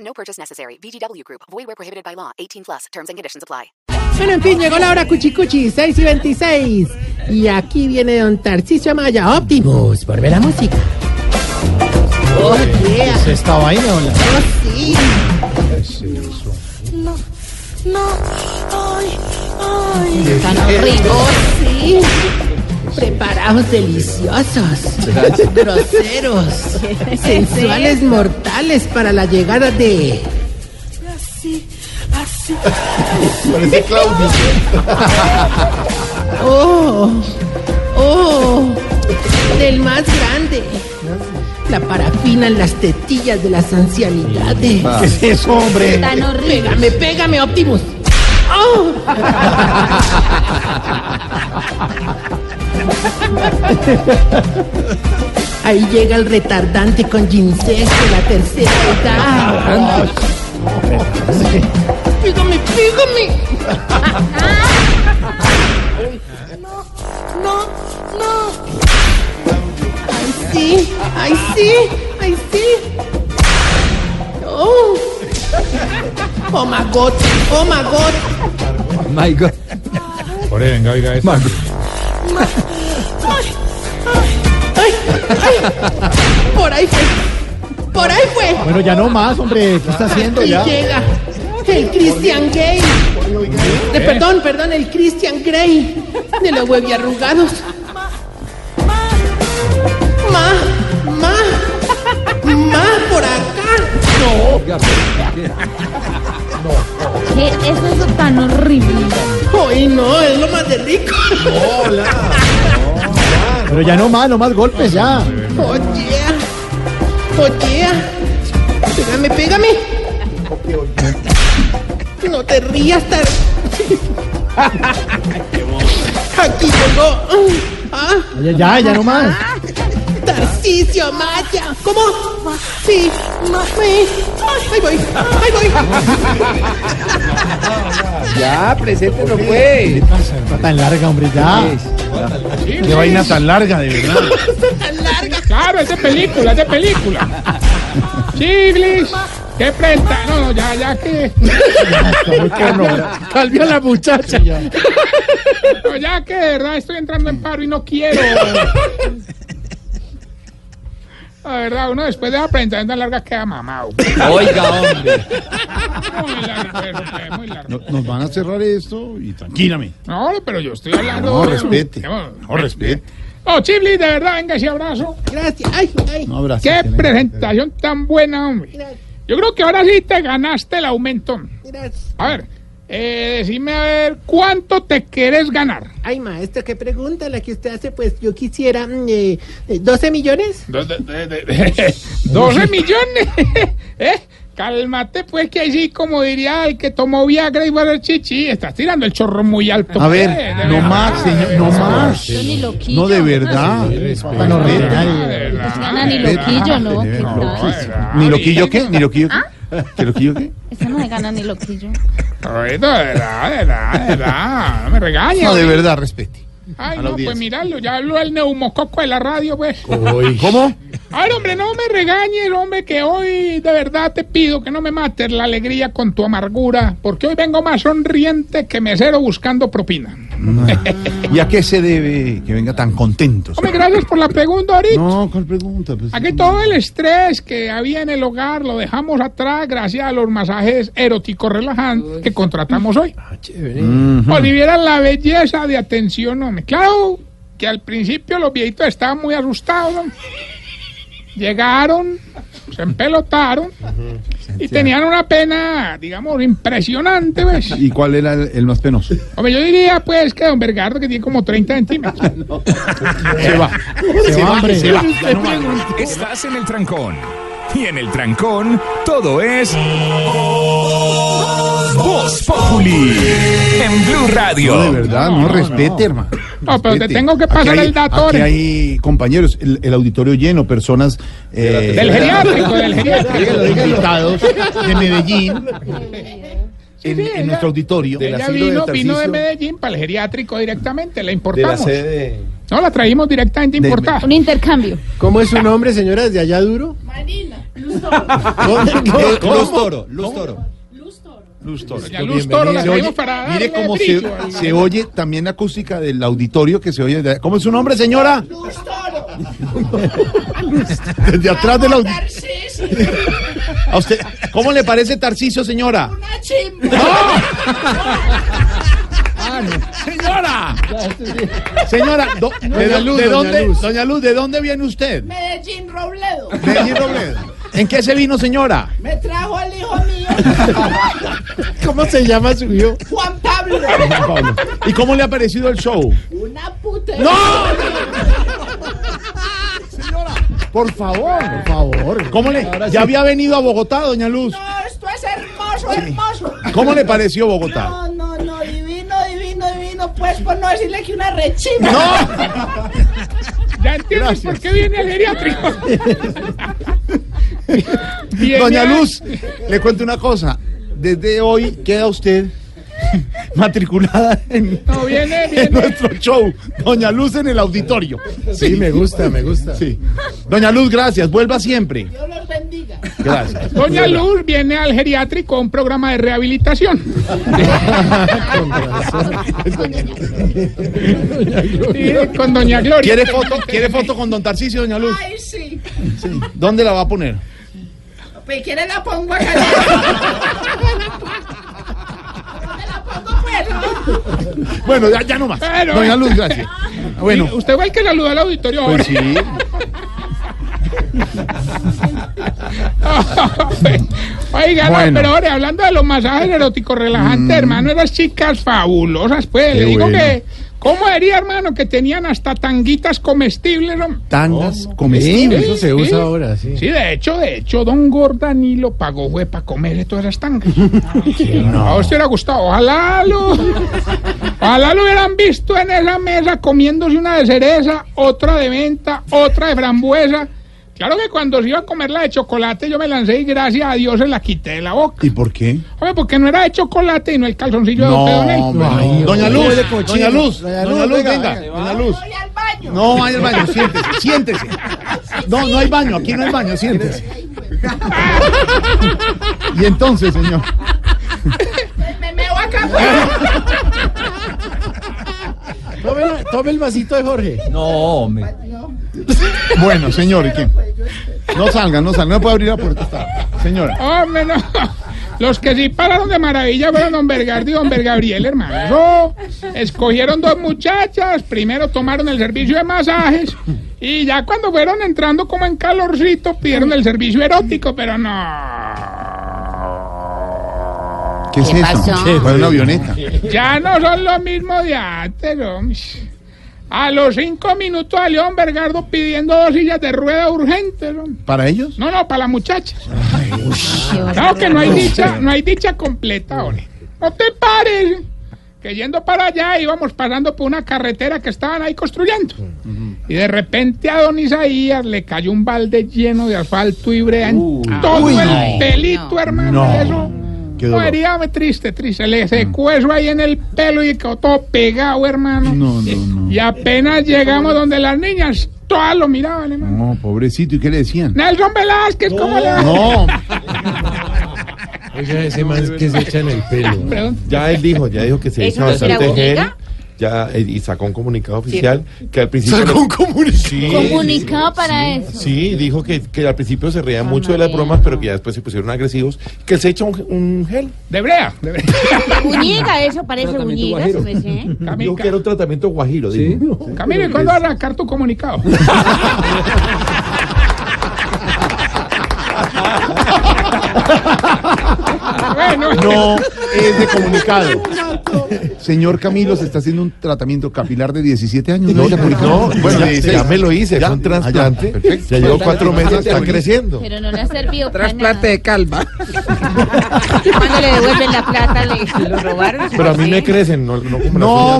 No purchase necessary. VGW Group. Void where prohibited by law. 18 plus. Terms and conditions apply. Bueno, en fin, llegó la hora cuchicuchi, 6 y 26. Y aquí viene don Tarcisio Amaya, Optimus. Vuelve la música. Oh, yeah. ¿Es esta vaina o la- Oh, sí. No, ay, ay. Tan horrible, sí. Preparados deliciosos, groseros, sensuales mortales para la llegada de... Así, así. Parece Claudio. ¡Oh! ¡Oh! Del más grande. La parafina en las tetillas de las ancianidades. ¿Qué es eso, hombre? Tan horrible. Pégame, pégame, Optimus. ¡Oh! Ahí llega el retardante con ginseng de la tercera Ah, edad. Pégame, pégame. No, no. ¡Ay, sí! ¡Ay, sí! ¡Ay, sí! ¡Oh! ¡Oh, my God! ¡Oh, my God! My God. Ore, venga, oiga eso. ¡Ay, ay! ¡Por ahí fue! ¡Por ahí fue! Bueno, ya no más, hombre. ¿Qué está haciendo Y ya? llega el Christian Gay. De, perdón, perdón, el Christian Grey de los hueviarrugados. Ma, ma, ma, por acá. ¿Qué es Eh, eso tan horrible? ¡Ay, no! Es lo más de rico. Pero ya no más, no más golpes, ya. Oh yeah. Oh yeah. Pégame, pégame. No te rías tan. Aquí llegó. Ah, Ya, ya, ya no más. Tarcicio Maya. ¿Cómo? Sí. Sí. Ahí voy. Ahí voy. ¿Qué pasa? Está tan larga, hombre, ya. Qué vaina tan larga, de verdad. Tan larga. Claro, es de película, es de película. Chiblis, qué presta. No, ya, ya que. Calvia la muchacha. no, ya que de verdad estoy entrando en paro y no quiero. La verdad, uno después de la prenda tan larga queda mamado. Oiga, hombre. Muy largo, es muy largo. Nos van a cerrar esto y tranquilame. No, pero yo estoy hablando. No, de- respete. No, No, respete. Oh, Chiblis, de verdad, venga ese abrazo. Gracias. Ay, ay. No, abrazo. Qué presentación tan buena, hombre. Gracias. Yo creo que ahora sí te ganaste el aumento. Gracias. A ver, eh, decime a ver cuánto te quieres ganar. Ay, maestra, qué pregunta la que usted hace. Pues yo quisiera mm, eh, eh, 12 millones. 12 millones. ¿Eh? Cálmate, pues, que ahí sí, como diría el que tomó Viagra y va a ver chichi, estás tirando el chorro muy alto. A pues, de ver, no verdad, más, señor, de no verdad. más. Yo ni loquillo. No, de verdad. Tan De horrible. verdad, ya, de de- verdad, Ana, pues ni de verdad. loquillo, ¿no? ¿Qué No, de pues. tal? verdad. ¿Ni loquillo qué? ¿Ni loquillo qué? ¿Qué loquillo qué? Esa no me gana ni loquillo. Ay, no, de verdad, de verdad, de verdad. No me regañes. No, de verdad, respete. Ay, la no, audiencia. pues mirarlo, ya habló el neumococo de la radio, pues. ¿Cómo? Ay, hombre, no me regañes, hombre, que hoy de verdad te pido que no me mates la alegría con tu amargura, porque hoy vengo más sonriente que mesero buscando propina. ¿Y a qué se debe que venga tan contento? Hombre, gracias por la pregunta ahorita. No, ¿cuál pregunta? Pues, Aquí todo el estrés que había en el hogar lo dejamos atrás gracias a los masajes eróticos relajantes que contratamos hoy. Ah, Oliviera la belleza de atención, hombre. Claro que al principio los viejitos estaban muy asustados. hombre. Llegaron, se empelotaron y tenían una pena, digamos, impresionante, ¿ves? ¿Y cuál era el, el más penoso? Hombre, yo diría pues que don Bergardo que tiene como 30 centímetros. Se va. Se va, hombre. Estás en el trancón. Y en el trancón, todo es. Voz Populi. En Blue Radio. No, de verdad, no, respete, hermano. No, pero te respete. tengo que pasar Aquí hay- el dato, Aquí Ore. hay compañeros, el, el auditorio lleno, personas. eh, Del geriátrico, del geriátrico. Los invitados de Medellín en, sí, en ella- nuestro auditorio. Ella vino, vino de Medellín para el geriátrico directamente, la de la importamos. sede. no, la traímos directamente Del- importada. Un intercambio. ¿Cómo es su nombre, señora, desde allá duro? Marina. Eh, Luz Toro, Luz Toro. Luz Toro. Ya Luz Toro la Se oye- traímos para darle mire cómo se, brillo al- se oye también la acústica del auditorio que se oye. desde- ¿Cómo es su nombre, señora? Luz Toro. Desde atrás del auditorio. ¿A usted cómo le parece Tarcicio, señora? Señora. Señora, do- ¿de, Doña do- Luz, de doña dónde, Luz. doña Luz, ¿de dónde viene usted? Medellín Robledo. Medellín Robledo. ¿En qué se vino, señora? Me trajo al hijo mío, ¿Cómo se llama su hijo? Juan Pablo. Juan Pablo. ¿Y cómo le ha parecido el show? Una puta. Por favor, por favor. ¿Cómo le? Ya había venido a Bogotá, doña Luz. No, esto es hermoso, hermoso. ¿Cómo le pareció Bogotá? No, no, no, divino, divino, divino. Pues por no decirle que una rechina. Ya entiendes por qué viene al geriátrico. Viene Doña a- Luz, le cuento una cosa. Desde hoy queda usted matriculada en, No, viene, en viene. nuestro show. Doña Luz en el auditorio. Sí, me gusta, me gusta. Sí. Doña Luz, gracias. Vuelva siempre. Dios los bendiga. Gracias. Doña Luz viene al geriátrico a un programa de rehabilitación. Sí, con Doña Gloria. ¿Quiere foto, ¿Quiere foto con don Tarcicio, doña Luz? Ay, sí. ¿Dónde la va a poner? Pues quiere la pongo acá. ¿Dónde la pongo, pues? Bueno, ya, ya no más. Pero- Doña Luz, gracias. Bueno, Sí, Ah, Usted va a que saluda al auditorio ahora. pues sí. Oiga, no, Bueno. Mm. pero ahora hablando de los masajes eróticos relajantes, hermano, esas chicas fabulosas, pues. Le Qué digo bueno. que, ¿cómo diría, hermano, que tenían hasta tanguitas comestibles, hombre? Tangas Sí, comestibles. eso se usa sí. ahora, Sí, de hecho, de hecho, don Gordanilo pagó, güey, para comerse todas esas tangas. A usted le hubiera gustado. Ojalá lo, ojalá lo hubieran visto en esa mesa comiéndose una de cereza, otra de menta, otra de frambuesa. Claro que cuando se iba a comer la de chocolate, yo me lancé y gracias a Dios se la quité de la boca. ¿Y por qué? Hombre, porque no era de chocolate y no el calzoncillo No, de don Pedro Nel. hombre, no. Ay, Doña hombre. Luz, Huele cochino. Doña Luz, Doña Doña Luz, Luz, venga, venga, Doña Luz. Voy al baño. No vaya al baño, siéntese, siéntese. No, no hay baño, aquí no hay baño, siéntese. Y entonces, señor. Me meo acá, pues. Tome, la- tome el vasito de Jorge. No, hombre. Bueno, señor, ¿y qué? No salga, no salga, no puede abrir la puerta. está. Señora. Hombre, no. Los que sí pararon de maravilla fueron Don Bergardi y Don Bergabriel, hermano. Escogieron dos muchachas, primero tomaron el servicio de masajes y ya cuando fueron entrando como en calorcito pidieron el servicio erótico, pero no. ¿Qué es pasó? eso? Fue una avioneta. Ya no son lo mismo de antes, hombre. A los cinco minutos a León Bergardo pidiendo dos sillas de rueda urgentes, hombre. ¿Para ellos? No, no, para las muchachas. Claro que no hay dicha, no hay dicha completa ahora. No te pares. Que yendo para allá íbamos pasando por una carretera que estaban ahí construyendo. Y de repente a don Isaías le cayó un balde lleno de asfalto y brea en todo Uy, el no. pelito, hermano. No. Eso Qué Mm. no dolor. haría triste, triste. Le secó eso ahí en el pelo y quedó todo pegado, hermano. No, no, no. Y apenas llegamos donde las niñas todas lo miraban, hermano. No, pobrecito, ¿y qué le decían? Nelson Velázquez, ¿cómo le va? Mm. No, Oiga, ese man que se echa en el pelo. Perdón. Ya él dijo, ya dijo que se ¿Eso hizo no es bastante gel. pedagogica? Ya, eh, y sacó un comunicado oficial que al principio. sacó un comunicado. Sí, Comunicado para eso. Sí, dijo que, que al principio se reían mucho de las bromas, pero que ya después se pusieron agresivos. Que él se echa un, un gel. De brea, de brea. Buñiga, eso pues, ¿eh? parece buñiga, si me sé. Dijo que era un tratamiento guajiro. dijo. Camilo, ¿y cuándo vas a arrancar tu comunicado? bueno, No es de comunicado. Camilo. Señor Camilo se está haciendo un tratamiento capilar de 17 años. No, Ya no, publicó. bueno, Ya, Ah, dice, ya me lo hice, fue un trasplante. perfecto. Ya llevo cuatro meses, está creciendo. Pero no le ha servido para nada. Trasplante de calva. Cuando le devuelven la plata, le lo robaron. Pero a mí me crecen, no, no como No las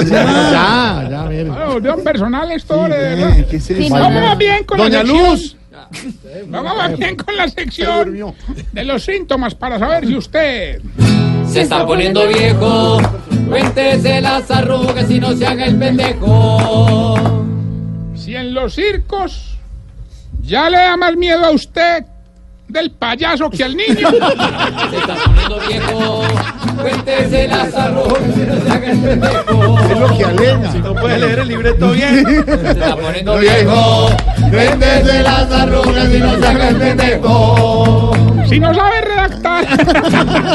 uñas de más, otros. ya, ya, ya, mire. Ah, volvió personal esto, de Eh, verdad. ¿qué es Sí, eso? no. Vamos más bien con Doña la sección. Luz. Vamos más bien con la Se sección durmió. de los síntomas para saber si usted. Se está poniendo viejo, cuéntese las arrugas y no se haga el pendejo. Si en los circos ya le da más miedo a usted del payaso que al niño. Se está poniendo viejo, cuéntese las arrugas y no se haga el pendejo. Es lo que alega. No puede leer el libreto bien. Se está poniendo viejo, cuéntese las arrugas y no se haga el pendejo. Si no sabe redactar.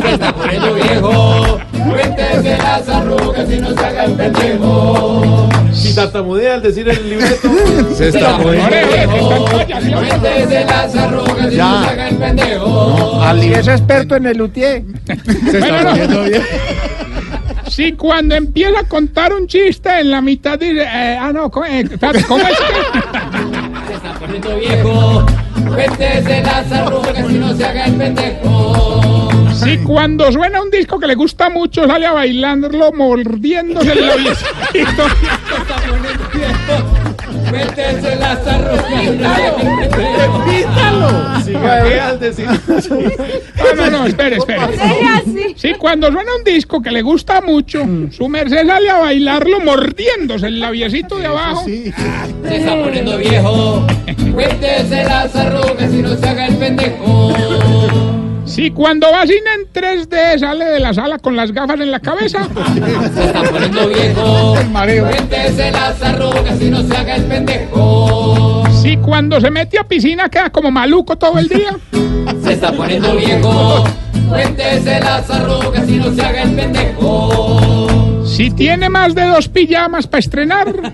Se está poniendo viejo, cuéntese las arrugas y no se haga el pendejo. Si tartamudea al decir el libreto, se está poniendo. Ore, ore, que está en payaseado. Cuéntese las arrugas y no se haga el pendejo. Y es experto en el luthier. Se está Bueno, no. poniendo bien. Si cuando empieza a contar un chiste en la mitad dice, eh, ah, no, ¿cómo, eh, espérate, ¿cómo es que? Se está poniendo viejo, cuéntese las arrugas y no se haga el pendejo. Si cuando suena un disco que le gusta mucho sale a bailarlo mordiéndose el labiecito. Se está poniendo viejo, cuéntese las arrugas y no se haga el pendejo. Si gaguea al decir. No, no, no, espere, espere. así. Si cuando suena un disco que le gusta mucho, Mm. su merced sale a bailarlo mordiéndose el labiecito de abajo. Sí. Se está poniendo viejo, cuéntese las arrugas y no se haga el pendejo. Si cuando vacina en 3D sale de la sala con las gafas en la cabeza. Se está poniendo viejo, cuéntese las arrugas y no se haga el pendejo. Si cuando se mete a piscina queda como maluco todo el día. Se está poniendo viejo, cuéntese las arrugas y no se haga el pendejo. Si tiene más de dos pijamas para estrenar.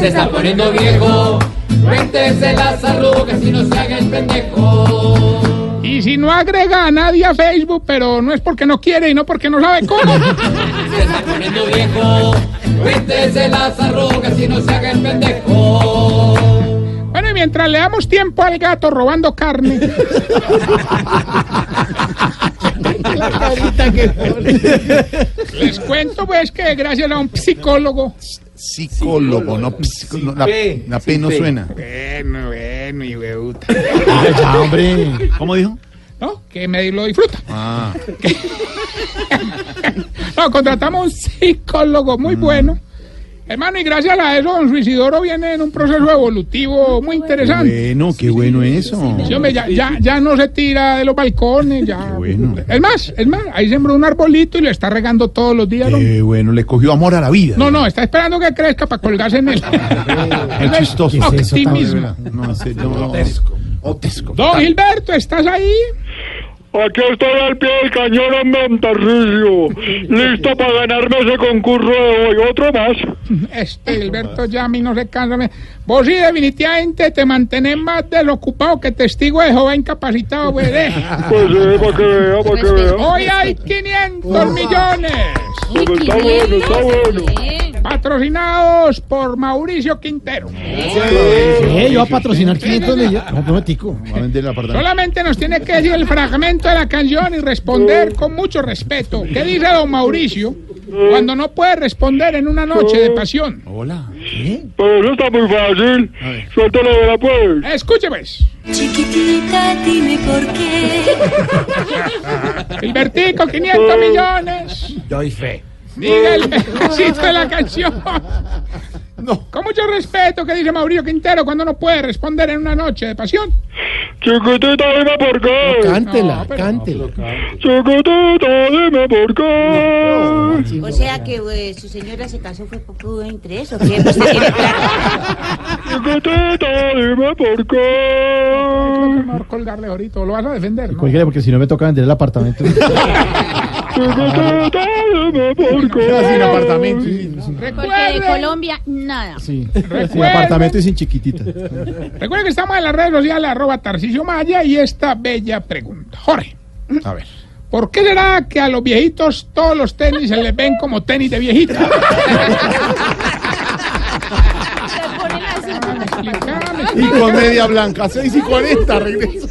Se está poniendo viejo, cuéntese las arrugas y no se haga el pendejo. Y si no agrega a nadie a Facebook, pero no es porque no quiere y no porque no sabe cómo. Se está poniendo viejo, cuéntese las arrugas y no se haga el pendejo. Bueno, y mientras le damos tiempo al gato robando carne. Les cuento pues que gracias a un psicólogo. Psicólogo, no, psico- no, la, P, la P no suena. Bueno, bueno, y huevuta. Ah, hombre. ¿Cómo dijo? ¿No? Que me lo disfruta. Ah, No, contratamos un psicólogo Mm. muy bueno. Hermano, y gracias a eso, don Suicidoro viene en un proceso evolutivo muy interesante. bueno, Eh, qué bueno eso. Sí, hombre, ya, ya, ya no se tira de los balcones, ya. bueno. Es más, es más, ahí sembró un arbolito y lo está regando todos los días. hombre. Qué bueno, le cogió amor a la vida. No, no, está esperando que crezca para colgarse en él. Qué chistoso. ¿Qué es eso, Optimismo. No, en serio, no, no. Otesco. Otesco. Don Gilberto, ¿estás ahí? Aquí estoy al pie del cañón, hombre, Tarcisio. Listo para ganarme ese concurso de hoy. Otro más. Este Gilberto ya a mí no se cansa. me- Vos sí definitivamente te mantenés más desocupado que testigo de joven incapacitado, güey. eh. Pues eh, para que vea, para que vea. Hoy hay 500 millones Uy, Pero está bueno, está bueno. ¿eh? Bien. patrocinados por Mauricio Quintero. Eh, yo voy a patrocinar 500 millones. Ah, No, no, tico. Va a vender el apartamento. Solamente nos tiene que decir el fragmento de la canción y responder con mucho respeto. ¿Qué dice don Mauricio cuando no puede responder en una noche de pasión? Hola. Pero eso está muy fácil. Suéltalo de la pues. Escuche pues. Chiquitita, dime por qué. Gilbertico, 500 millones. Doy fe. Diga el pedacito de la canción. Con mucho respeto, ¿qué dice Mauricio Quintero cuando no puede responder en una noche de pasión? Chiquitita, dime por qué. Cántela, No, pero- cántela. Chiquitita, dime por qué. O sea que eh, su señora se casó fue por puro interés o qué? Pues, ¿se quiere plata? Chiquitita, dime por qué. Mejor colgarle ahorita, o lo vas a defender, ¿no? porque si no me toca vender el apartamento. Chiquitita, dime por sin qué. apartamento. sí, sí. Porque de Recuerden, Colombia, nada. Sí. Sin Recuerda. apartamento y sin chiquitita. recuerden que estamos en las redes sociales, arroba Tarcisio Maya, y esta bella pregunta. Jorge, A ver. ¿Por qué será que a los viejitos todos los tenis se les ven como tenis de viejita? Y con media blanca, 6 y 40, regreso.